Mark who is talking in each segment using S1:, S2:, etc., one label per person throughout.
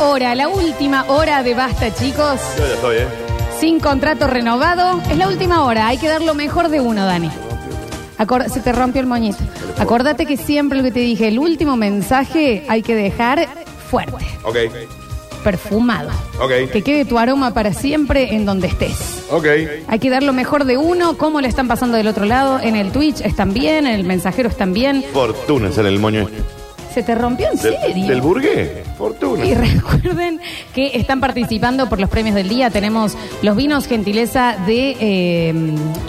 S1: hora, la última hora de basta, chicos.
S2: Yo ya estoy, ¿eh?
S1: Sin contrato renovado, es la última hora. Hay que dar lo mejor de uno, Dani. Acor- se te rompió el moñito. Acordate que siempre lo que te dije, el último mensaje hay que dejar fuerte,
S2: Ok.
S1: perfumado.
S2: Ok.
S1: Que quede tu aroma para siempre en donde estés.
S2: Ok.
S1: Hay que dar lo mejor de uno, cómo le están pasando del otro lado. En el Twitch están bien, en el mensajero están bien.
S2: Fortuna sale el moño. este.
S1: ¿Se te rompió en
S2: ¿Del,
S1: serio?
S2: del burgués? Fortuna.
S1: Y recuerden que están participando por los premios del día. Tenemos los vinos gentileza de eh,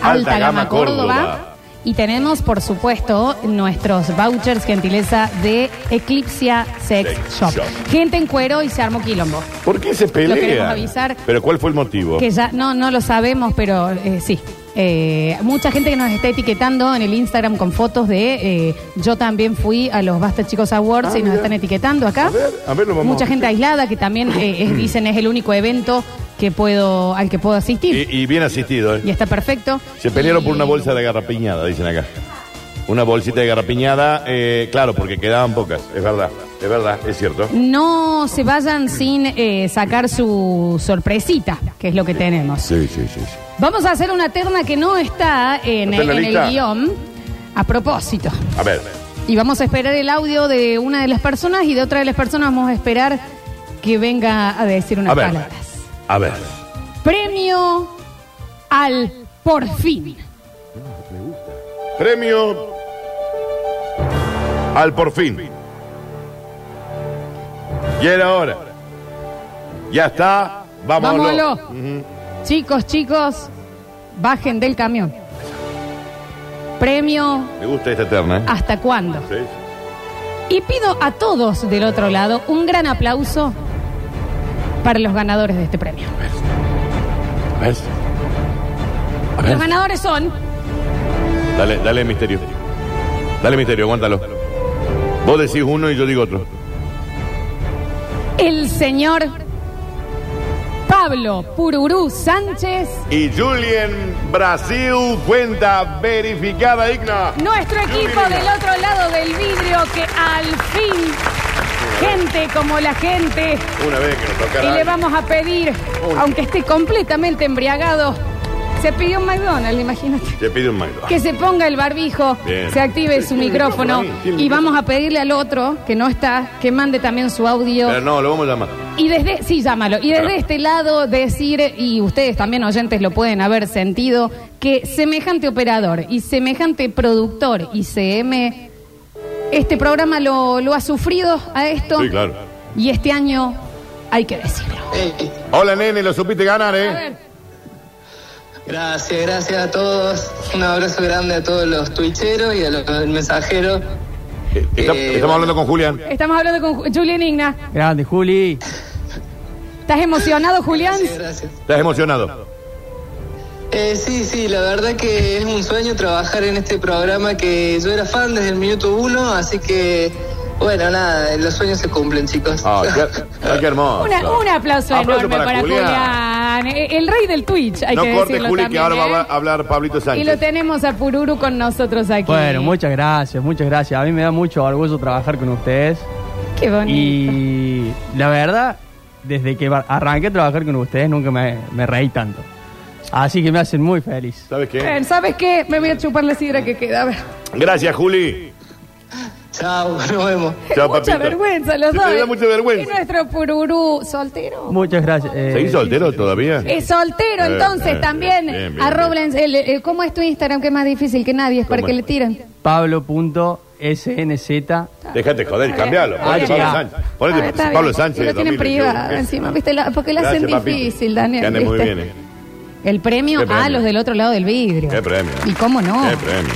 S1: Alta, Gama, Córdoba.
S2: Córdoba.
S1: Y tenemos, por supuesto, nuestros vouchers gentileza de Eclipsia Sex,
S2: Sex
S1: Shop.
S2: Shop.
S1: Gente en cuero y se armó quilombo.
S2: ¿Por qué se pelea?
S1: queremos avisar.
S2: ¿Pero cuál fue el motivo?
S1: Que ya no, no lo sabemos, pero eh, sí. Eh, mucha gente que nos está etiquetando en el Instagram con fotos de eh, yo también fui a los Basta Chicos Awards
S2: Ah,
S1: y nos
S2: mira.
S1: están etiquetando acá.
S2: A ver, a ver, lo vamos
S1: Mucha
S2: a-
S1: gente aislada que también eh, es- dicen es el único evento que puedo al que puedo asistir.
S2: Y, y bien asistido, ¿eh?
S1: Y, está perfecto.
S2: Se pelearon
S1: Y-
S2: por una bolsa de garrapiñada, dicen acá. Una bolsita de garrapiñada, eh, claro, porque quedaban pocas, es verdad, es verdad, es cierto.
S1: No se vayan sin eh, sacar su sorpresita, que es lo que tenemos.
S2: Sí, sí, sí. sí.
S1: Vamos a hacer una terna que no está en,
S2: ¿No está en
S1: el-
S2: la
S1: en el
S2: lista?
S1: guión a propósito.
S2: A ver,
S1: Y vamos a esperar el audio de una de las personas y de otra de las personas vamos a esperar que venga a decir unas
S2: a ver,
S1: palabras.
S2: a ver.
S1: Premio al por fin.
S2: Premio al por fin. Y era hora. Ya está, vámonos.
S1: Vámonos. Chicos, chicos, bajen del camión. Premio
S2: Me gusta esta terna, ¿eh?
S1: hasta cuándo.
S2: Sí.
S1: Y pido a todos del otro lado un gran aplauso para los ganadores de este premio.
S2: A ver. A
S1: Los
S2: ver.
S1: ganadores son
S2: Dale, dale misterio. Dale misterio, aguántalo. Vos decís uno y yo digo otro.
S1: el señor Pablo Pururú Sánchez.
S2: Y Julien Brasil, cuenta verificada digna.
S1: Nuestro equipo
S2: Julien.
S1: del otro lado del vidrio que al fin, gente como la gente,
S2: Una vez que nos
S1: y le
S2: tocará.
S1: vamos a pedir, aunque esté completamente embriagado, se pidió un McDonald's, imagínate.
S2: Te pide un mango.
S1: Que se ponga el barbijo,
S2: Bien.
S1: se active
S2: Sí,
S1: su
S2: tiene
S1: micrófono
S2: micrófono ahí, tiene
S1: y
S2: micrófono.
S1: vamos a pedirle al otro que no está que mande también su audio.
S2: Pero no, lo vamos a llamar.
S1: Y desde, sí, llámalo. Y desde
S2: Claro.
S1: este lado decir, y ustedes también oyentes lo pueden haber sentido, que semejante operador y semejante productor y CM, este programa lo, lo ha sufrido a esto.
S2: Sí, claro.
S1: Y este año hay que decirlo.
S2: Hola, nene, lo supiste ganar,
S1: A
S2: ¿eh?
S1: ver,
S3: Gracias, gracias a todos. Un abrazo grande a todos los twitcheros y a los del mensajero.
S2: Eh, está-
S3: Eh,
S2: estamos
S3: bueno.
S2: hablando con Julián.
S1: estamos hablando con Ju- Julián Igna.
S4: Grande, Juli.
S1: ¿Estás emocionado, Julián?
S3: Gracias, gracias.
S2: Estás emocionado.
S3: Eh, sí, sí, la verdad que es un sueño trabajar en este programa que yo era fan desde el minuto uno, así que, bueno, nada, los sueños se cumplen, chicos.
S2: Ah, qué, ah, qué hermoso.
S1: Una- un aplauso enorme para, Julián. Eh, El rey del Twitch, hay
S2: no
S1: que
S2: corte,
S1: decirlo
S2: Juli, que
S1: también,
S2: ahora va a
S1: ¿eh?
S2: hablar- hablar Pablito
S1: Y lo
S2: Sánchez.
S1: tenemos a Pururu con nosotros aquí.
S4: Bueno, muchas gracias, muchas gracias. A mí me da mucho orgullo trabajar con ustedes.
S1: Qué bonito.
S4: Y la verdad, desde que bar- arranqué a trabajar con ustedes nunca me, me reí tanto. Así que me hacen muy feliz.
S2: ¿Sabes qué?
S1: Bien, ¿sabes qué? Me voy a chupar la sidra que queda. A ver.
S2: Gracias, Juli.
S3: Chao, nos vemos.
S2: Chao,
S1: mucha
S2: papito.
S1: vergüenza, los
S2: Sí,
S1: dos. ¿eh?
S2: Te da mucha
S1: Es
S2: vergüenza.
S1: nuestro pururú soltero.
S4: Muchas gracias. eh,
S2: ¿Seguís soltero todavía?
S1: Es soltero,
S2: Eh,
S1: entonces
S2: eh,
S1: también.
S2: bien, bien, bien.
S1: Arroblen- el- el- ¿Cómo es tu Instagram? Que es más difícil que nadie, es para
S2: ¿Cómo
S1: que
S2: es?
S1: le tiren.
S4: Pablo.snz.
S2: Déjate joder, cambialo.
S1: Está bien.
S2: Ponete Pablo
S4: Ah,
S2: Sánchez. Ponete
S1: Ah, está
S2: Pablo
S1: bien.
S2: Sánchez.
S1: Y Lo tienen
S2: 2021.
S1: privado encima, ¿viste? La- porque la hacen
S2: Gracias, papito.
S1: difícil, Daniel.
S2: Que andes muy
S1: ¿viste?
S2: bien. eh.
S1: El premio,
S2: Qué premio.
S1: a los del otro lado del vidrio.
S2: Qué premio.
S1: ¿Y cómo no?
S2: Qué premio.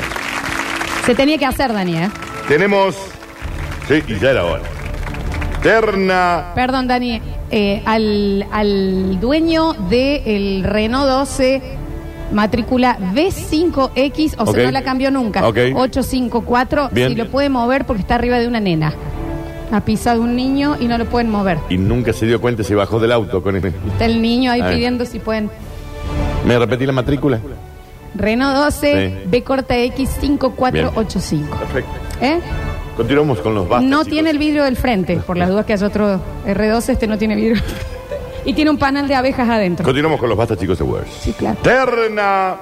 S1: Se tenía que hacer, Daniel.
S2: Tenemos. Sí, y ya era hora. Terna.
S1: Perdón, Dani, eh, al, al dueño del Renault 12, matrícula B5X, o
S2: Ok.
S1: sea, no la cambió nunca.
S2: Ok.
S1: 854,
S2: Bien.
S1: si lo puede mover porque está arriba de una nena. Ha pisado un niño y no lo pueden mover.
S2: Y nunca se dio cuenta, se bajó del auto con este.
S1: Está el niño ahí
S2: Ahí.
S1: pidiendo si pueden.
S2: ¿Me repetí la matrícula?
S1: Renault 12,
S2: Sí.
S1: B corta X 5485.
S2: Perfecto.
S1: ¿Eh?
S2: Continuamos con los basta,
S1: no
S2: chicos.
S1: tiene el vidrio del frente, por las dudas que hay otro R2, este no tiene vidrio. y tiene un panel de abejas adentro.
S2: Continuamos con los bastas, chicos, de Words.
S1: Sí, claro.
S2: Terna.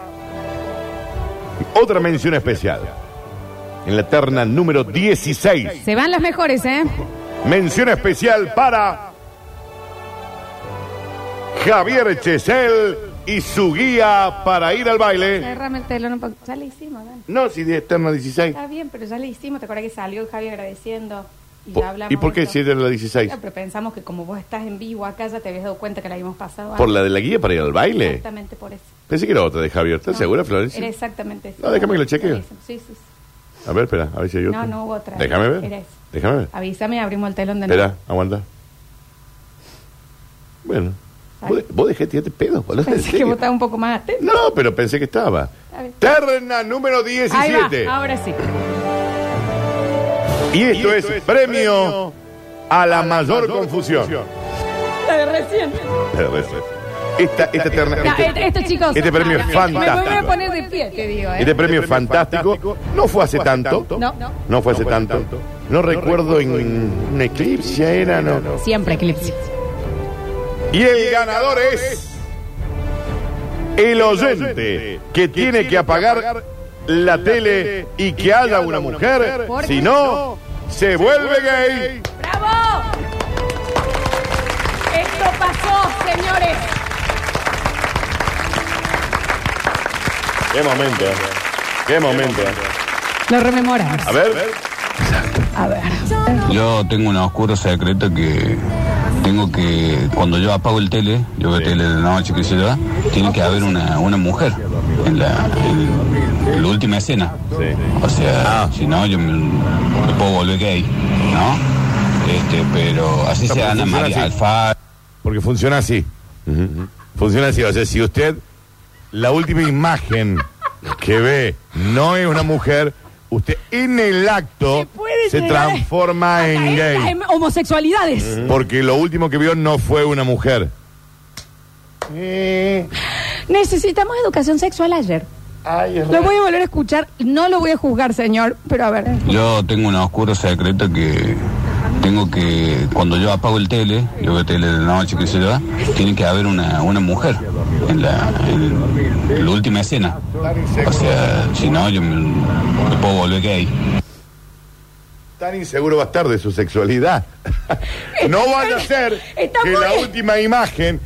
S2: Otra mención especial. En la terna número 16.
S1: Se van las mejores, ¿eh?
S2: Mención especial para Javier Chesel y su guía para ir al baile.
S1: Cerrame el telón un poco. Ya le hicimos, Dan.
S2: No, si de terna 16.
S1: Está bien, pero ya le hicimos. ¿Te acuerdas que salió Javi agradeciendo? Y
S2: Po-
S1: ya hablamos.
S2: ¿Y por qué
S1: de eso?
S2: si era la 16?
S1: Claro, pero pensamos que como vos estás en vivo acá, ya te habías dado cuenta que la habíamos pasado.
S2: ¿Por
S1: antes.
S2: la de la guía para ir al baile?
S1: Exactamente por eso.
S2: Pensé que era otra de Javier. ¿Estás
S1: No,
S2: segura, Florencia?
S1: Era exactamente eso.
S2: No, déjame que lo chequeo.
S1: Sí, sí, sí.
S2: A ver, espera, a ver si hay otra.
S1: No, no hubo otra.
S2: Déjame ver.
S1: Era esa.
S2: Déjame ver.
S1: Avísame, abrimos el telón de nuevo.
S2: Espera, aguanta. Bueno.
S1: Ay.
S2: Vos, de- vos dejé tirarte pedo, boludo, ¿en
S1: Pensé que
S2: serio?
S1: vos estabas un poco más atento.
S2: No, pero pensé que estaba.
S1: Está bien.
S2: Terna número 17.
S1: Ahí va, ahora sí.
S2: Y esto, es, premio a la mayor, confusión.
S1: La de Eh, recién.
S2: Este- Esta, esta terna,
S1: Ya,
S2: este,
S1: eh, esto, chicos.
S2: este premio es
S1: me- Me voy a
S2: fantástico.
S1: poner de pie, te digo. ¿eh?
S2: este premio Este es fantástico no fue hace tanto.
S1: No, no.
S2: No fue hace tanto. No recuerdo en un eclipse ya era, no.
S1: Siempre Eclipse.
S2: Y el ganador es el oyente que tiene que apagar la tele y que haya una mujer,
S1: Porque-
S2: si no, se vuelve gay.
S1: ¡Bravo! Esto pasó, señores.
S2: Qué momento,
S5: ¿eh?
S2: qué momento.
S1: Lo rememoramos.
S2: A ver,
S1: A ver.
S6: Yo tengo un oscuro secreto que tengo que, cuando yo apago el tele, yo veo tele de la noche, que se yo, tiene que haber una, una mujer en la, en- en la última escena. O sea,
S2: Ah.
S6: si no, yo me, me puedo volver gay, ¿no? Este, pero así
S2: Está
S6: sea Ana
S2: funciona
S6: María
S2: así.
S6: Alfaro.
S2: porque funciona así. Ujú, ujú. Funciona así, o sea, si usted la última imagen que ve no es una mujer, usted en el acto
S1: puede
S2: se
S1: llegar
S2: transforma en gay.
S1: Em, homosexualidades.
S2: Porque lo último que vio no fue una mujer.
S1: Necesitamos educación sexual ayer. lo voy a volver a escuchar. No lo voy a juzgar, señor, pero a ver.
S6: Yo tengo un oscuro secreto que tengo que, cuando yo apago el tele, yo veo tele de la noche, que se yo, tiene que haber una, una mujer en la, en- en la última escena. O sea, si no, yo me, me puedo volver gay.
S2: Tan inseguro va a estar de su sexualidad. no vaya a ser
S1: Está
S2: que
S1: muy-
S2: la última imagen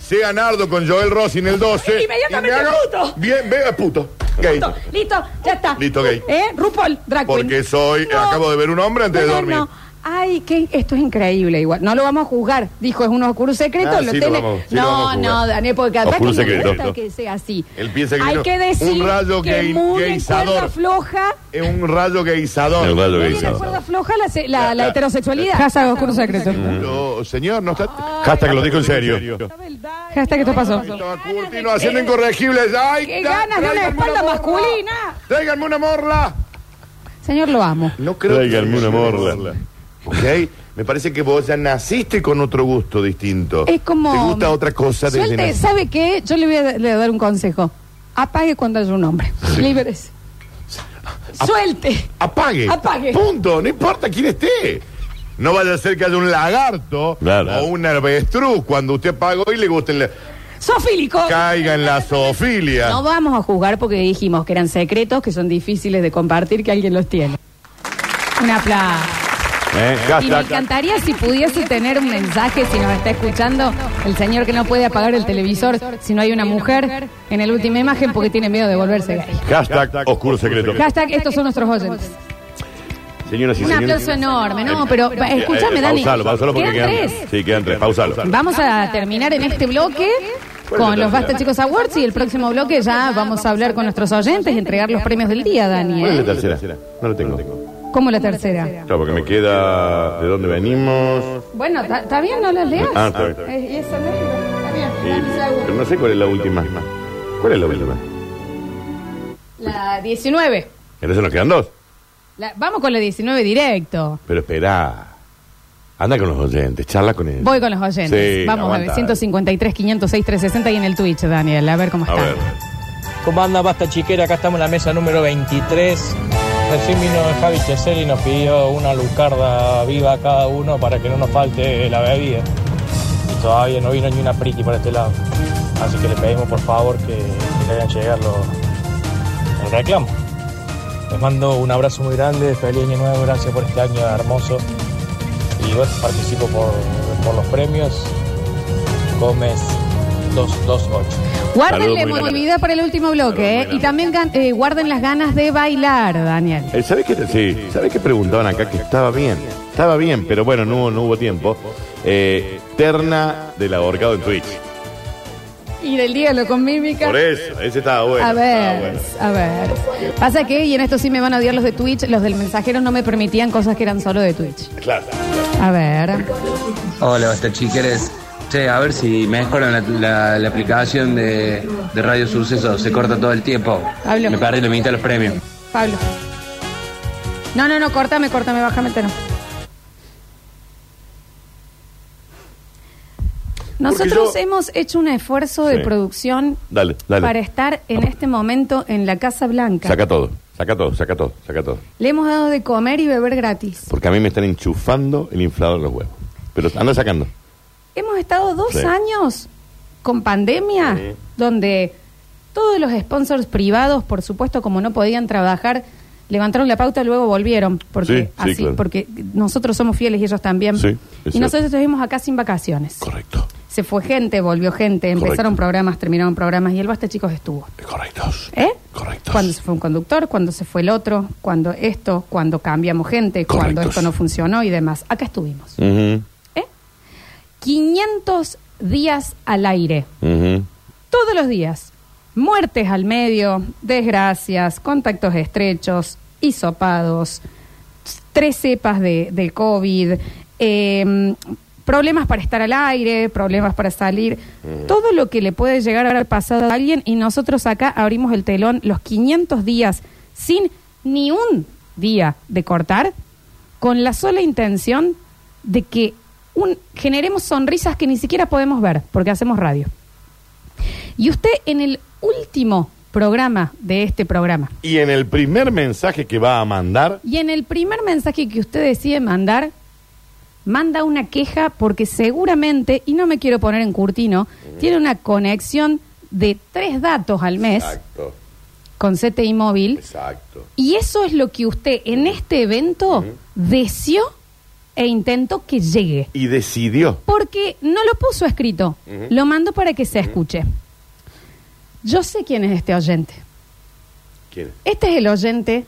S2: sea Nardo con Joel Rossi en el 12.
S1: Inmediatamente puto.
S2: Bien, vea puto. Gay.
S1: Listo, listo, ya está.
S2: Listo, gay.
S1: ¿Eh? RuPaul, drag queen.
S2: Porque soy-
S1: No.
S2: acabo de ver un hombre antes de
S1: No, no,
S2: dormir.
S1: no. Ay, que esto es increíble igual. No lo vamos a juzgar. Dijo, es un oscuro secreto.
S2: Ah,
S1: lo
S2: sí lo
S1: tiene-
S2: vamos- sí lo vamos
S1: no,
S2: a juzgar.
S1: no, Daniel, porque capaz
S2: Oscuro
S1: que le
S2: secreto.
S1: gusta que sea así.
S2: Él piensa que
S1: Hay
S2: no.
S1: que decir
S2: Un rayo
S1: que
S2: gay-
S1: muy en
S2: gaysador.
S1: cuerda floja...
S2: Es un rayo gaysador.
S5: Un rayo
S1: muy en
S5: gaysador.
S1: cuerda floja la, se- la-
S2: La-
S1: la
S2: la-
S1: heterosexualidad. Hashtag oscuro secreto.
S2: Lo- señor, no está. Hasta que lo dijo en serio.
S1: Hashtag esto pasó.
S2: Estaba Curtino haciendo incorregibles. ¡Ay!
S1: ¡Qué
S2: da-
S1: ganas de una
S2: tráiganme
S1: espalda
S2: morla!
S1: masculina!
S2: ¡Tráiganme una morla!
S1: Señor, lo amo.
S2: No creo
S5: Tráiganme
S2: que-
S5: una morla.
S2: ¿Ok? Me parece que vos ya naciste con otro gusto distinto.
S1: Es como.
S2: Te gusta otra cosa desde
S1: Suelte,
S2: nacido.
S1: ¿sabe qué? Yo le voy a da- le voy a dar un consejo. Apague cuando haya un hombre. Libérese. Suelte.
S2: Apague.
S1: Apague.
S2: Punto. No importa quién esté. No vaya a ser que haya un lagarto
S5: Claro.
S2: o un avestruz cuando usted pagó y le guste la-
S1: Sofílico.
S2: caiga en la zoofilia.
S1: No vamos a juzgar porque dijimos que eran secretos que son difíciles de compartir, que alguien los tiene. Un aplauso.
S2: Eh,
S1: Y me
S2: hashtag-
S1: encantaría si pudiese tener un mensaje, si nos está escuchando, el señor que no puede apagar el televisor si no hay una mujer en la última imagen porque tiene miedo de volverse gay.
S2: Hashtag oscuro secreto.
S1: Hashtag, estos son nuestros oyentes.
S2: Señoras y
S1: Un
S2: señores.
S1: aplauso enorme, no, pero eh, escúchame,
S2: Eh,
S1: Dani.
S2: Pausalo, pausalo porque
S1: Quedan
S2: quedan
S1: tres.
S2: Sí, quedan tres. Pausalo.
S1: Vamos a terminar en este bloque con los Basta Chicos Awards y el próximo bloque ya vamos a hablar con nuestros oyentes y entregar los premios del día, Dani.
S2: ¿Cuál es
S1: ¿eh?
S2: la tercera? No lo tengo.
S1: ¿Cómo la tercera?
S2: Claro, porque me queda. ¿De dónde venimos?
S1: Bueno, ¿está- ¿está bien? ¿No las leas?
S2: Ah, está bien.
S1: Eh, y eso no es- está bien, dame un
S2: Pero
S1: segundo.
S2: no sé cuál es la última. ¿Cuál es la última?
S1: La 19.
S2: Entonces nos quedan dos.
S1: La- vamos con la 19 directo.
S2: Pero espera. Anda con los oyentes, charla con ellos.
S1: Voy con los oyentes.
S2: Sí,
S1: vamos a ver,
S2: aguanta.
S1: 153, 506, 360 y en el Twitch, Daniel, a ver cómo
S2: A
S1: está.
S2: ver.
S7: ¿Cómo anda Basta Chiquera? Acá estamos en la mesa número 23.
S5: Recién vino Javi Chesel y nos pidió una lucarda viva a cada uno para que no nos falte la bebida. Y todavía no vino ni una priki para este lado. Así que le pedimos por favor que, que le hagan llegar los- el reclamo. Les mando un abrazo muy grande, feliz año nuevo, gracias por este año hermoso. Y bueno, participo por, por los premios. Gómez 228.
S1: Guarden la
S2: Saludos muy
S1: emotividad para el último bloque,
S2: Saludos
S1: ¿eh?
S2: muy
S1: Y también gan- eh, guarden las ganas de bailar, Daniel.
S2: Eh, ¿Sabés qué? te- Sí, ¿sabés qué preguntaban acá? Que estaba bien. Estaba bien, pero bueno, no, hubo- no hubo tiempo. Eh, terna del ahorcado en Twitch.
S1: Y del diálogo con mímica.
S2: Por eso, ese estaba bueno.
S1: A
S2: estaba
S1: ver,
S2: bueno.
S1: a ver. Pasa que, y en esto sí me van a odiar los de Twitch, los del mensajero no me permitían cosas que eran solo de Twitch.
S2: Claro.
S1: A ver.
S7: Hola, basta chiqueres. Che, a ver si mejoran la, la- la aplicación de, de Radio Suceso. Se corta todo el tiempo.
S1: Pablo.
S7: Me perdí la mitad de los premios.
S1: Pablo. No, no, no, córtame, córtame, bájame el tono. Nosotros
S2: yo-
S1: hemos hecho un esfuerzo de
S2: Sí.
S1: producción
S2: Dale, dale.
S1: para estar en este momento en la Casa Blanca.
S2: Saca todo, saca todo, saca todo, saca todo.
S1: Le hemos dado de comer y beber gratis.
S2: Porque a mí me están enchufando el inflador en los huevos. Pero anda sacando.
S1: Hemos estado dos
S2: Sí.
S1: años con pandemia,
S2: Sí.
S1: donde todos los sponsors privados, por supuesto, como no podían trabajar, levantaron la pauta y luego volvieron. Porque,
S2: Sí, sí,
S1: así,
S2: claro.
S1: porque nosotros somos fieles y ellos también.
S2: Sí, es
S1: y
S2: cierto.
S1: nosotros estuvimos acá sin vacaciones.
S2: Correcto,
S1: Se fue gente, volvió gente, empezaron
S2: Correcto.
S1: programas, terminaron programas y el Basta Chicos estuvo.
S2: correctos.
S1: ¿Eh?
S2: Correctos.
S1: Cuando se fue un conductor, cuando se fue el otro, cuando esto, cuando cambiamos gente, cuando
S2: Correctos.
S1: esto no funcionó y demás. Acá estuvimos.
S2: Ujú,
S1: ¿eh? 500 días al aire,
S2: ujú.
S1: todos los días. Muertes al medio, desgracias, contactos estrechos, hisopados, tres cepas de, del COVID, eh, problemas para estar al aire, problemas para salir, todo lo que le puede llegar a haber pasado a alguien y nosotros acá abrimos el telón los 500 días sin ni un día de cortar, con la sola intención de que un- generemos sonrisas que ni siquiera podemos ver porque hacemos radio. Y usted en el último programa de este programa,
S2: Y en el primer mensaje que va a mandar,
S1: y en el primer mensaje que usted decide mandar, manda una queja porque seguramente, y no me quiero poner en curtino, tiene una conexión de tres datos al mes
S2: Exacto,
S1: con CTI móvil.
S2: exacto.
S1: Y eso es lo que usted en este evento deseó e intentó que llegue.
S2: Y decidió.
S1: Porque no lo puso escrito,
S2: Ujú.
S1: lo mando para que se escuche. Yo sé quién es este oyente.
S2: ¿Quién?
S1: Este es el oyente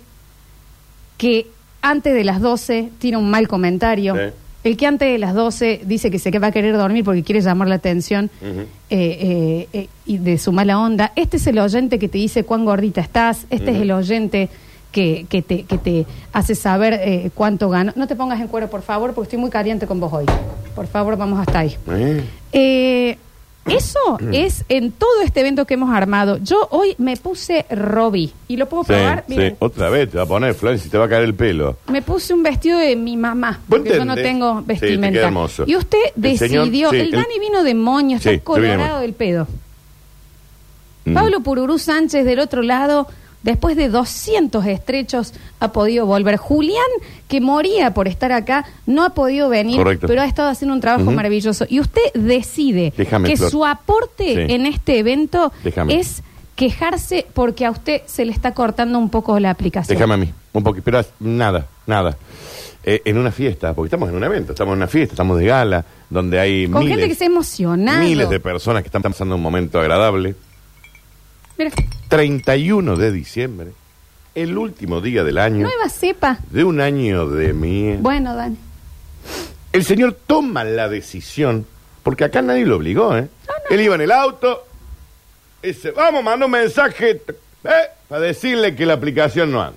S1: que antes de las 12 tiene un mal comentario.
S2: Sí.
S1: El que antes de las 12 dice que se va a querer dormir porque quiere llamar la atención
S2: Ujú.
S1: eh, eh, eh, y de su mala onda. Este es el oyente que te dice cuán gordita estás. Este es el oyente que, que te, que te hace saber eh, cuánto gano. No te pongas en cuero, por favor, porque estoy muy caliente con vos hoy. Por favor, vamos hasta ahí.
S2: ¿Eh?
S1: Eh, eso
S2: Mm.
S1: es en todo este evento que hemos armado. Yo hoy me puse Robbie y lo puedo
S2: Sí,
S1: probar.
S2: sí.
S1: Miren,
S2: Otra vez te va a poner, Florencia, y te va a caer el pelo.
S1: me puse un vestido de mi mamá.
S2: ¿Vos
S1: Porque yo no
S2: entendés?
S1: tengo
S2: Sí, te queda
S1: vestimenta.
S2: hermoso.
S1: Y usted
S2: El
S1: decidió.
S2: señor- sí,
S1: el
S2: el-
S1: Dani vino de moño, está
S2: Sí, yo vine de
S1: colorado
S2: moño.
S1: del pedo.
S2: Mm.
S1: Pablo Pururú Sánchez del otro lado, después de 200 estrechos, ha podido volver. Julián, que moría por estar acá, no ha podido venir,
S2: Correcto.
S1: pero ha estado haciendo un trabajo
S2: Ujú.
S1: maravilloso. Y usted decide
S2: Déjame,
S1: que
S2: Flor.
S1: su aporte
S2: Sí.
S1: en este evento
S2: Déjame.
S1: es quejarse porque a usted se le está cortando un poco la aplicación.
S2: Déjame a mí, un poquito, pero haz- nada, nada. Eh, en una fiesta, porque estamos en un evento, estamos en una fiesta, estamos de gala, donde hay
S1: Con
S2: miles,
S1: gente que se ha emocionado.
S2: miles de personas que están pasando un momento agradable.
S1: Mira,
S2: 31 de diciembre, el último día del año,
S1: nueva cepa.
S2: de un año de mí.
S1: Bueno, Dani.
S2: El señor toma la decisión, porque acá nadie lo obligó, ¿eh? Él iba en el auto, dice, vamos, manda un mensaje t- ¿eh? para decirle que la aplicación no anda.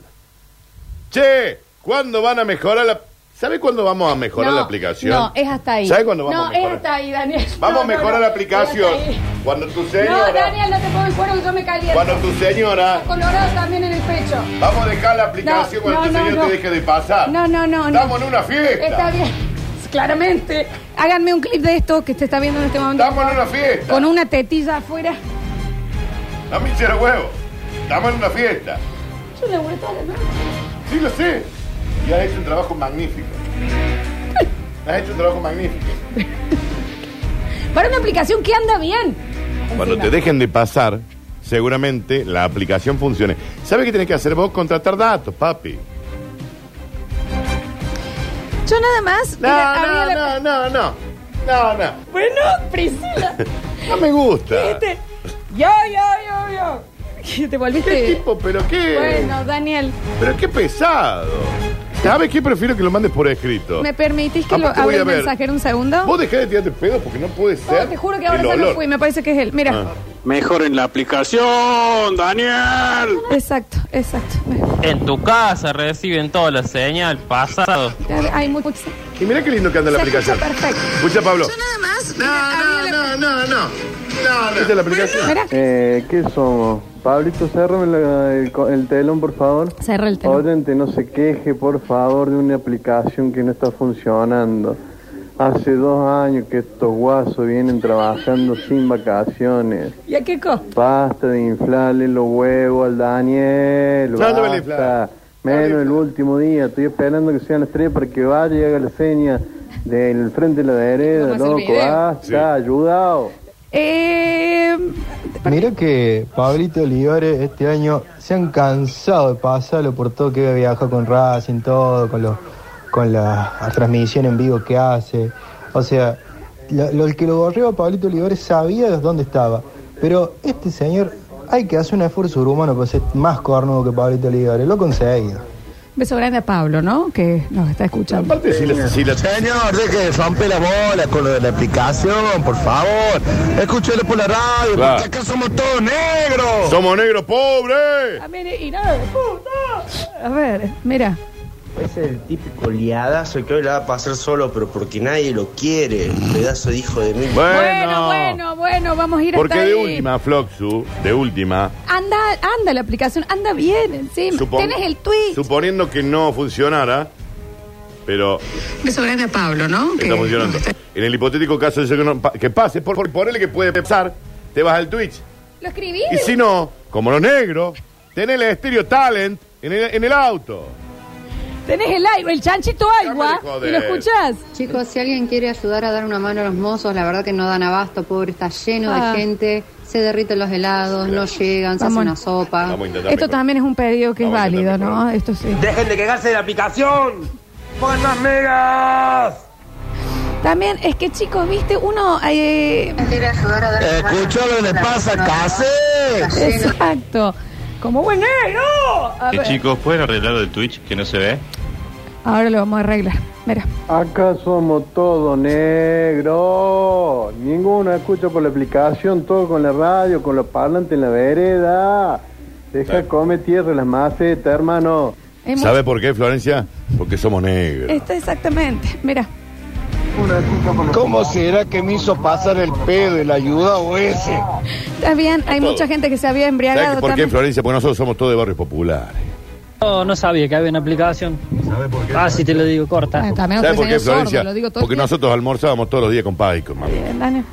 S2: Che, ¿cuándo van a mejorar la... ¿Sabe cuándo vamos a mejorar
S1: No,
S2: la aplicación?
S1: No, es hasta ahí.
S2: ¿Sabe cuándo vamos
S1: no,
S2: a mejorar?
S1: es hasta ahí, Daniel.
S2: Vamos
S1: No,
S2: a
S1: no,
S2: mejorar
S1: no,
S2: la
S1: es
S2: aplicación.
S1: hasta ahí.
S2: Cuando tu
S1: No,
S2: señora...
S1: Daniel, no te pongo el cuero que yo me caliento.
S2: Cuando tu señora...
S1: Colorado también en el pecho.
S2: Vamos a dejar la aplicación
S1: No,
S2: cuando tu
S1: no, no,
S2: señora
S1: no.
S2: te deje de pasar.
S1: No, no, no. no.
S2: Ah, Estamos en una fiesta.
S1: Está bien. Claramente. Háganme un clip de esto que se está viendo en este momento.
S2: Estamos en una fiesta.
S1: Con una tetilla afuera.
S2: No me hicieron huevo. Estamos en una fiesta.
S1: Yo laburé toda la noche.
S2: Sí, lo sé. Y has hecho un trabajo magnífico. Has hecho un trabajo magnífico.
S1: Para una aplicación que anda bien.
S2: Cuando
S1: Encima.
S2: te dejen de pasar, seguramente la aplicación funcione. ¿Sabes qué tenés que hacer vos? Contratar datos, papi.
S1: Yo nada más.
S2: No,
S1: mira,
S2: no,
S1: abrí la-
S2: no, no, no. No, no.
S1: Bueno, Priscila.
S2: No me gusta.
S1: este- Yo, yo, yo, yo. Que Te
S2: ¿Qué
S1: volviste.
S2: tipo? ¿Pero qué?
S1: Bueno, Daniel,
S2: Pero qué pesado. ¿Sabes qué? Prefiero que lo mandes por escrito.
S1: ¿me permitís que lo
S2: Aparte Ah, pues voy
S1: abra
S2: a
S1: el
S2: ver.
S1: mensajero un segundo?
S2: Vos dejá de tirarte pedo porque no puede ser.
S1: Oh, te juro que ahora
S2: el
S1: ya me
S2: olor.
S1: fui, me parece que es él. Mira.
S2: Ah.
S8: Mejor en la aplicación, Daniel.
S1: Exacto, exacto.
S9: En tu casa reciben toda la señal pasado.
S1: Hay mucho.
S2: Y mirá qué lindo que anda la aplicación.
S1: Perfecto.
S2: Escucha, Pablo.
S1: Nada más.
S2: No, no, no, no, no. No, no. Esta es la aplicación.
S1: Mira,
S10: Eh, ¿Qué somos? Pablito, cérrame la- el, co- el telón, por favor.
S1: cerré el teléfono.
S10: Oyente, no se queje, por favor, de una aplicación que no está funcionando. Hace dos años que estos guasos vienen trabajando sin vacaciones.
S1: ¿Y a qué co?
S10: Basta de inflarle los huevos al Daniel.
S2: No, no me le infla.
S10: basta. Menos el último día. Estoy esperando que sean las tres para que vaya y haga la seña del frente de la vereda,
S1: Vamos a hacer
S10: loco.
S1: video.
S10: Basta,
S2: Sí.
S10: ayudado.
S1: Eh,
S11: Mira que Pablito Olivares este año se han cansado de pasarlo por todo que viaja con Racing, todo, con los con la transmisión en vivo que hace. O sea, lo, lo- el que lo gorreó a Pablito Olivares sabía de dónde estaba. Pero este señor hay que hacer un esfuerzo humano para ser más cornudo que Pablito Olivares. Lo ha conseguido.
S1: beso grande a Pablo, ¿no? Que nos está escuchando.
S2: Aparte, si la, si la-
S11: Señor, deje de romper la bola con lo de la aplicación, por favor. Escúchelo por la radio,
S2: Claro. porque
S11: acá somos todos negros.
S2: Somos negros pobres.
S1: Ah, mire, y nada, puta. A ver, mira.
S11: Es el típico liadazo que hoy la va a pasar solo, pero porque nadie lo quiere. Pedazo de hijo de mil.
S1: Bueno, bueno, bueno, vamos a ir
S2: Porque
S1: hasta
S2: de
S1: ahí.
S2: última, Floxu, de última,
S1: Anda, anda la aplicación, anda bien encima.
S2: supon-
S1: Tenés el tweet.
S2: suponiendo que no funcionara, pero
S1: Beso grande a Pablo, ¿no?
S2: está funcionando. En el hipotético caso de que, no pa- que pase, por, por ponele que puede pasar, te vas al Twitch.
S1: ¿Lo escribí?
S2: Y si no, como los negros, tenés el estéreo talent en el, en el auto.
S1: Tenés el aire, el chanchito agua.
S2: Déjame de joder.
S1: Y lo escuchás.
S12: Chicos, si alguien quiere ayudar a dar una mano a los mozos, la verdad que no dan abasto, pobre, está lleno
S1: Ah.
S12: de gente, se derriten los helados, no llegan, se hace
S1: Vamos.
S12: una sopa.
S2: Vamos a intentar
S1: Esto
S2: mejor.
S1: también es un pedido que es
S2: Vamos a intentar
S1: válido, ¿no?
S2: mejorar.
S1: Esto sí.
S7: ¡Dejen de quejarse de la aplicación! ¡Pongan las megas!
S1: También es que, chicos, viste, uno. eh,
S11: Escucho lo que le pasa, casi.
S1: exacto. Como buen negro. A ver,
S9: Chicos, ¿pueden arreglar de Twitch que no se ve?
S1: Ahora lo vamos a arreglar. Mira.
S10: Acá somos todos negros. Ninguno escucha por la aplicación, todo con la radio, con los parlantes en la vereda. Deja, come tierra las macetas, hermano.
S1: Es muy-
S2: ¿Sabe por qué, Florencia? Porque somos negros.
S1: Está exactamente. Mira.
S11: ¿Cómo será que me hizo pasar el pedo, el ayudado ese?
S1: Está bien, hay mucha gente que se había
S2: ¿Sabes
S1: embriagado
S2: por qué,
S1: también.
S2: Florencia? Porque nosotros somos todos de barrios populares.
S5: No, no sabía que había una aplicación. Ah, si te lo digo, corta.
S1: Ah, también
S2: ¿Sabes
S1: usted,
S2: por
S1: señor
S2: qué,
S1: sordo,
S2: Florencia?
S1: lo digo todo el
S2: Porque
S1: tiempo.
S2: nosotros almorzábamos todos los días con pa y con mami.
S1: Bien, Daniel.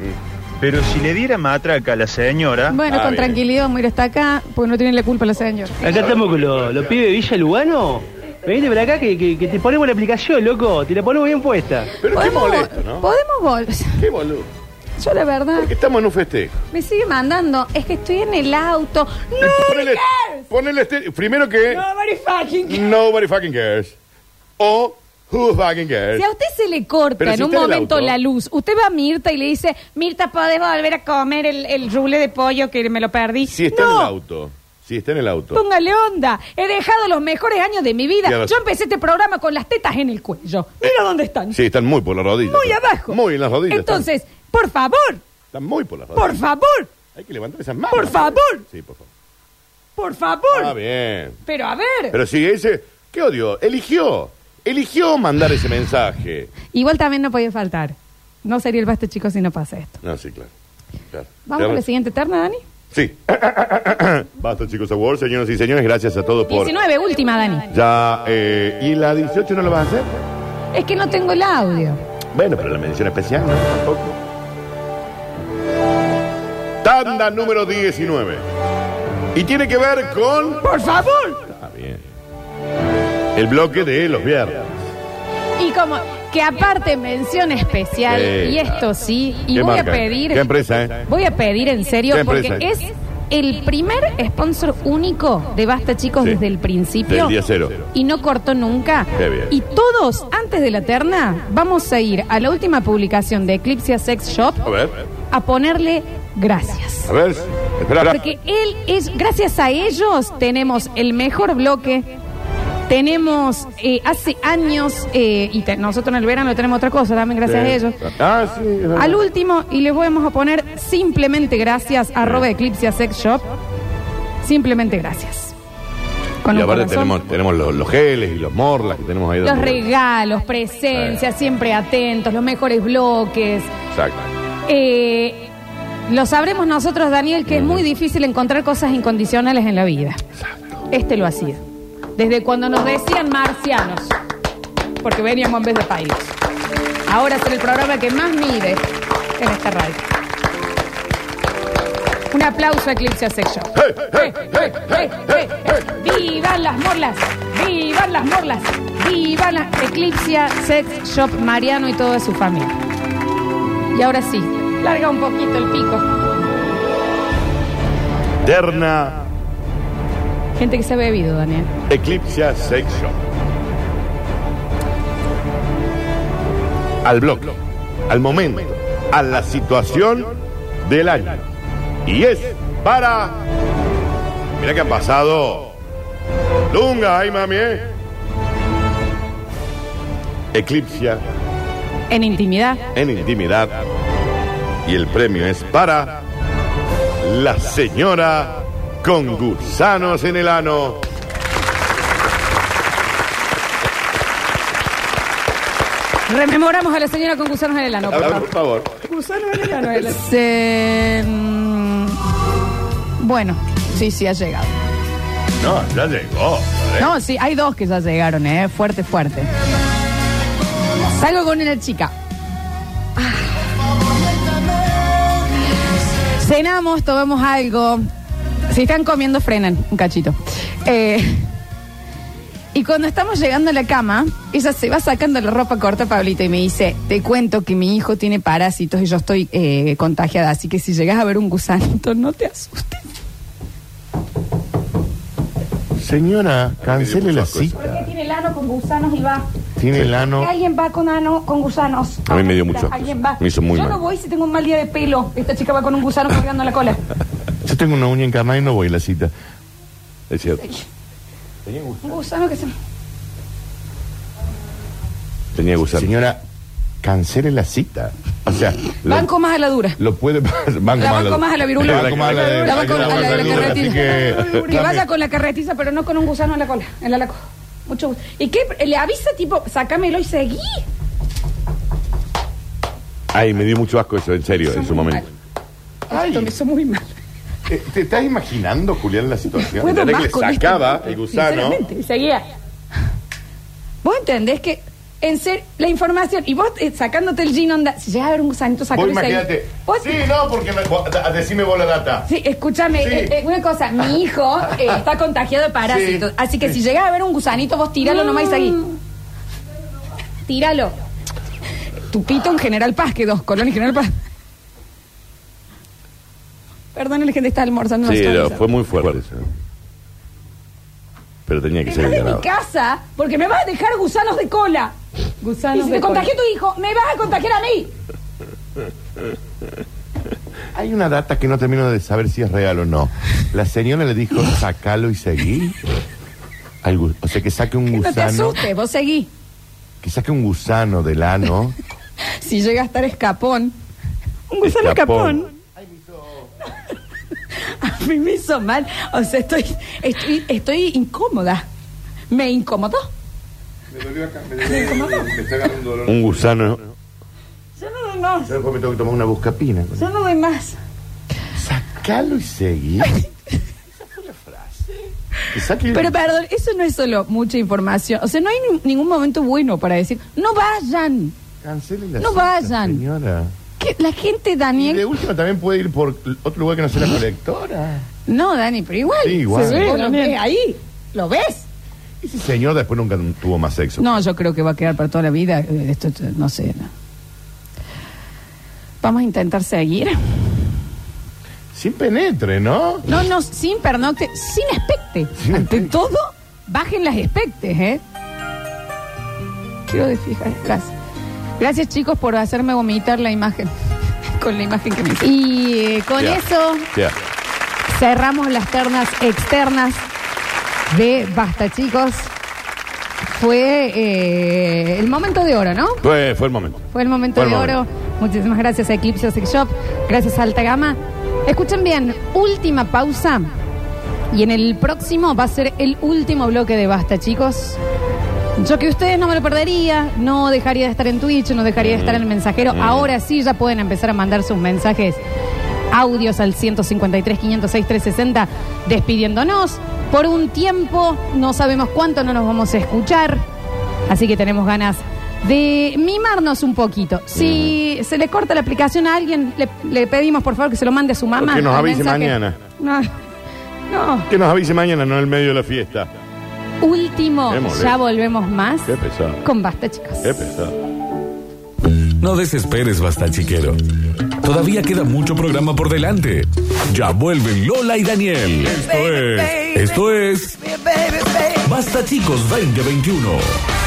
S11: Pero si le diera matraca a la señora.
S1: Bueno,
S2: Ah,
S1: con
S2: bien. Eh,
S1: tranquilidad, vamos a ir hasta acá, porque no tienen la culpa la señora.
S4: Acá estamos con los los pibes de Villa Lugano. Venite para acá que, que- que te ponemos la aplicación, loco. Te la ponemos bien puesta.
S2: Pero qué molesto, ¿no?
S1: Podemos volver.
S2: Qué boludo.
S1: Yo la verdad,
S2: Porque estamos en un festejo.
S1: me sigue mandando, es que estoy en el auto. ¡No!
S2: Eh, Ponele, ponele este, primero que
S1: Nobody fucking cares.
S2: nobody fucking cares. O who fucking cares.
S1: Si a usted se le corta
S2: Pero si
S1: en un
S2: está en el
S1: momento
S2: auto.
S1: la luz, usted va a Mirta y le dice, Mirta, ¿podés volver a comer el, el rule de pollo que me lo perdí?
S2: Si está
S1: no,
S2: en el auto. Si está en el auto.
S1: póngale onda. He dejado los mejores años de mi vida.
S2: Tiene razón.
S1: Yo empecé este programa con las tetas en el cuello. Mira dónde están.
S2: Sí, están muy por las rodillas.
S1: Muy abajo.
S2: Muy en las rodillas. están.
S1: Entonces, por favor,
S2: Están, muy por las rodillas.
S1: por favor,
S2: Hay que levantar esas manos.
S1: Por favor.
S2: Sí, por favor.
S1: por favor.
S2: Está bien.
S1: Pero a ver.
S2: Pero si ese. ¿Qué odio? Eligió. Eligió mandar ese mensaje.
S1: Igual también no podía faltar. No sería el basta, chicos, si no pasa esto.
S2: No, sí, claro. Claro.
S1: Vamos con la siguiente terna, Dani.
S2: Sí. Basta, chicos, Award, señoras y señores. Gracias a todos por.
S1: 19, última, Dani.
S2: Ya, eh, ¿y la 18 no lo vas a hacer?
S1: Es que no tengo el audio.
S2: Bueno, pero la mención especial no, tampoco. Tanda número 19. Y tiene que ver con...
S1: ¡Por favor!
S2: Está bien. El bloque de los viernes.
S1: Y como que aparte mención especial,
S2: Sí,
S1: y esto sí, y
S2: ¿Qué
S1: voy
S2: marca?
S1: a pedir,
S2: ¿Qué empresa, eh?
S1: voy a pedir en serio,
S2: ¿Qué
S1: porque
S2: empresa?
S1: es el primer sponsor único de Basta Chicos
S2: Sí.
S1: desde el principio.
S2: Del día cero.
S1: Y no cortó nunca.
S2: Qué bien.
S1: Y todos, antes de la terna, vamos a ir a la última publicación de Eclipse Sex Shop
S2: A ver,
S1: a ponerle gracias.
S2: a ver. Espera, espera.
S1: Porque él es, gracias a ellos tenemos el mejor bloque. Tenemos eh, hace años, eh, y te- nosotros en el verano tenemos otra cosa también, gracias
S2: Sí.
S1: a ellos.
S2: Ah, sí. es verdad.
S1: Al último, y les vamos a poner simplemente gracias, arroba Eclipse Sex Shop. Simplemente gracias. Con
S2: y
S1: un
S2: aparte
S1: corazón.
S2: tenemos, tenemos los, los geles y los morlas que tenemos ahí.
S1: Los
S2: dando-
S1: regalos, presencia, siempre atentos, los mejores bloques.
S2: Exacto.
S1: Eh, lo sabremos nosotros, Daniel, que es muy difícil encontrar cosas incondicionales en la vida. Este lo hacía. Desde cuando nos decían marcianos, porque veníamos en vez de país. Ahora es el programa que más mide en esta radio. Un aplauso a Eclipse Sex Shop. ¡Eh, eh, eh, eh, eh! ¡Vivan las morlas! ¡Vivan las morlas! ¡Vivan las Eclipse Sex Shop Mariano y toda su familia! Y ahora sí, larga un poquito el pico.
S2: Terna
S1: Gente que se ha bebido, Daniel.
S2: Eclipse Sex Shop. Al bloque, al momento, a la situación del año. Y es para. Mira que han pasado. Lunga, ay mami, eh. Eclipse
S1: En intimidad.
S2: en intimidad. Y el premio es para. La señora con gusanos en el ano.
S1: Rememoramos a la señora con gusanos en el ano. por
S2: Habla,
S1: favor.
S2: Por favor.
S1: Gusanos en el ano. era. Se- mm, Bueno, sí, sí, ha llegado.
S2: No, ya llegó.
S1: No, sí, hay dos que ya llegaron, ¿eh? Fuerte, fuerte. Salgo con una chica. Ah. Cenamos, tomamos algo. Si están comiendo, frenan un cachito. Eh, y cuando estamos llegando a la cama, ella se va sacando la ropa corta, Pablito, y me dice, te cuento que mi hijo tiene parásitos y yo estoy eh, contagiada, así que si llegas a ver un gusanito, no te asustes.
S2: Señora, cancele la cita.
S1: Tiene el ano con gusanos y va.
S2: Tiene el ano.
S1: Alguien va con ano con gusanos.
S2: A mí me dio mucho.
S1: Alguien va.
S2: Me hizo muy
S1: Yo
S2: mal.
S1: no voy si tengo un mal día de pelo. Esta chica va con un gusano colgando la cola.
S2: Yo tengo una uña en cama y no voy a la cita. Es cierto.
S1: Un gusano que se.
S2: Tenía gusano. Señora, cancele la cita. O sea, lo,
S1: Banco más a la dura.
S2: lo puede. Banco
S1: La
S2: más
S1: banco más a la virula.
S2: Banco más a la de-
S1: La banco a
S2: a
S1: la de la
S2: virula, así
S1: carretilla.
S2: que-
S1: Que vaya con la carretiza, pero no con un gusano en la cola. En la laco. Mucho gusto. ¿Y qué? Le avisa, tipo, sacámelo y seguí.
S2: Ay, me dio mucho asco eso, en serio, en su momento.
S1: Esto me hizo muy mal.
S2: Eh, ¿Te estás imaginando, Julián, la situación?
S1: Puedo
S2: Era
S1: más
S2: que le
S1: con esto,
S2: sacaba el gusano.
S1: sinceramente, y seguía. Vos entendés que en ser la información y vos eh, sacándote el jean onda, si llega a haber un gusanito
S2: Vos
S1: sacalo y seguí.
S2: imagínate.
S1: Vos-
S2: Sí, no, porque me, vos- da- decime vos la data.
S1: Sí, escúchame,
S2: Sí.
S1: eh, eh, una cosa, mi hijo eh, está contagiado de parásitos,
S2: Sí.
S1: así que si llega a haber un gusanito, vos tiralo nomás y seguí. Tíralo. Tu pito en General Paz, que dos, Colón y General Paz. Perdón, la gente está almorzando.
S2: Sí,
S1: no está
S2: no, fue muy fuerte eso. Pero tenía que
S1: Te
S2: ser
S1: vas de
S2: enganado.
S1: mi casa porque me vas a dejar gusanos de cola. Gusanos y si
S13: de
S1: te contagié tu hijo, me vas a contagiar a mí.
S2: Hay una data que no termino de saber si es real o no. La señora le dijo, sacalo y seguí. Al gu- o sea, que saque un
S1: No te
S2: gusano,
S1: asustes, vos seguí.
S2: que saque un gusano del ano.
S1: Si llega a estar escapón, un gusano escapón. A mí me hizo mal. O sea, estoy, estoy, estoy incómoda. Me incomodó.
S2: Me dolió acá, me dolió. Me está agarrando un dolor. Un gusano.
S1: Yo no doy más.
S2: Yo después me tengo que tomar una buscapina.
S1: Yo no doy más.
S2: Sacalo y seguí. Que saque-
S1: Pero perdón, eso no es solo mucha información. O sea, no hay ni- ningún momento bueno para decir, no vayan.
S2: Cancele la
S1: No
S2: cita,
S1: vayan.
S2: Señora.
S1: Que la gente,
S2: Y de
S1: Daniel.
S2: última también puede ir por otro lugar que no sea la colectora.
S1: No, Dani, pero igual.
S2: Sí, igual.
S1: Se ve,
S2: Sí,
S1: vos lo
S2: Daniel.
S1: ves ahí. ¿Lo ves?
S2: Ese señor después nunca tuvo más sexo.
S1: No, yo creo que va a quedar para toda la vida. Eh, Esto, esto, no sé. no. Vamos a intentar seguir.
S2: Sin penetre, ¿no?
S1: No, no, sin pernocte, sin expecte. Ante todo, bajen las expectes, ¿eh? Quiero desfijar. Gracias. Gracias, chicos, por hacerme vomitar la imagen. con la imagen que me hicieron. Y eh, con
S2: Ya.
S1: eso
S2: Ya.
S1: cerramos las ternas externas de Basta, chicos. Fue eh, el momento de oro, ¿no?
S2: Fue, fue el momento.
S1: Fue el momento
S2: Fue el
S1: de
S2: momento.
S1: oro. Muchísimas gracias a Eclipse Sex Shop. Gracias a Alta Gama. Escuchen bien, última pausa. Y en el próximo va a ser el último bloque de Basta, chicos. Yo que ustedes no me lo perdería, no dejaría de estar en Twitch, no dejaría de estar en el mensajero. Ahora sí ya pueden empezar a mandar sus mensajes, audios al 153 506 360, despidiéndonos. Por un tiempo, no sabemos cuánto, no nos vamos a escuchar. Así que tenemos ganas de mimarnos un poquito. Si se le corta la aplicación a alguien, le, le pedimos por favor que se lo mande a su mamá.
S2: Que nos
S1: el
S2: avise
S1: mensaje.
S2: mañana.
S1: No, no.
S2: Que nos avise mañana, no en el medio de la fiesta.
S1: Último,
S2: Qué molesto.
S1: ya volvemos más
S2: Qué pesado.
S1: con Basta, chicos.
S2: Qué pesado.
S13: No desesperes, basta chiquero. Todavía queda mucho programa por delante. Ya vuelven Lola y Daniel. Esto es. Esto es. Basta chicos 2021.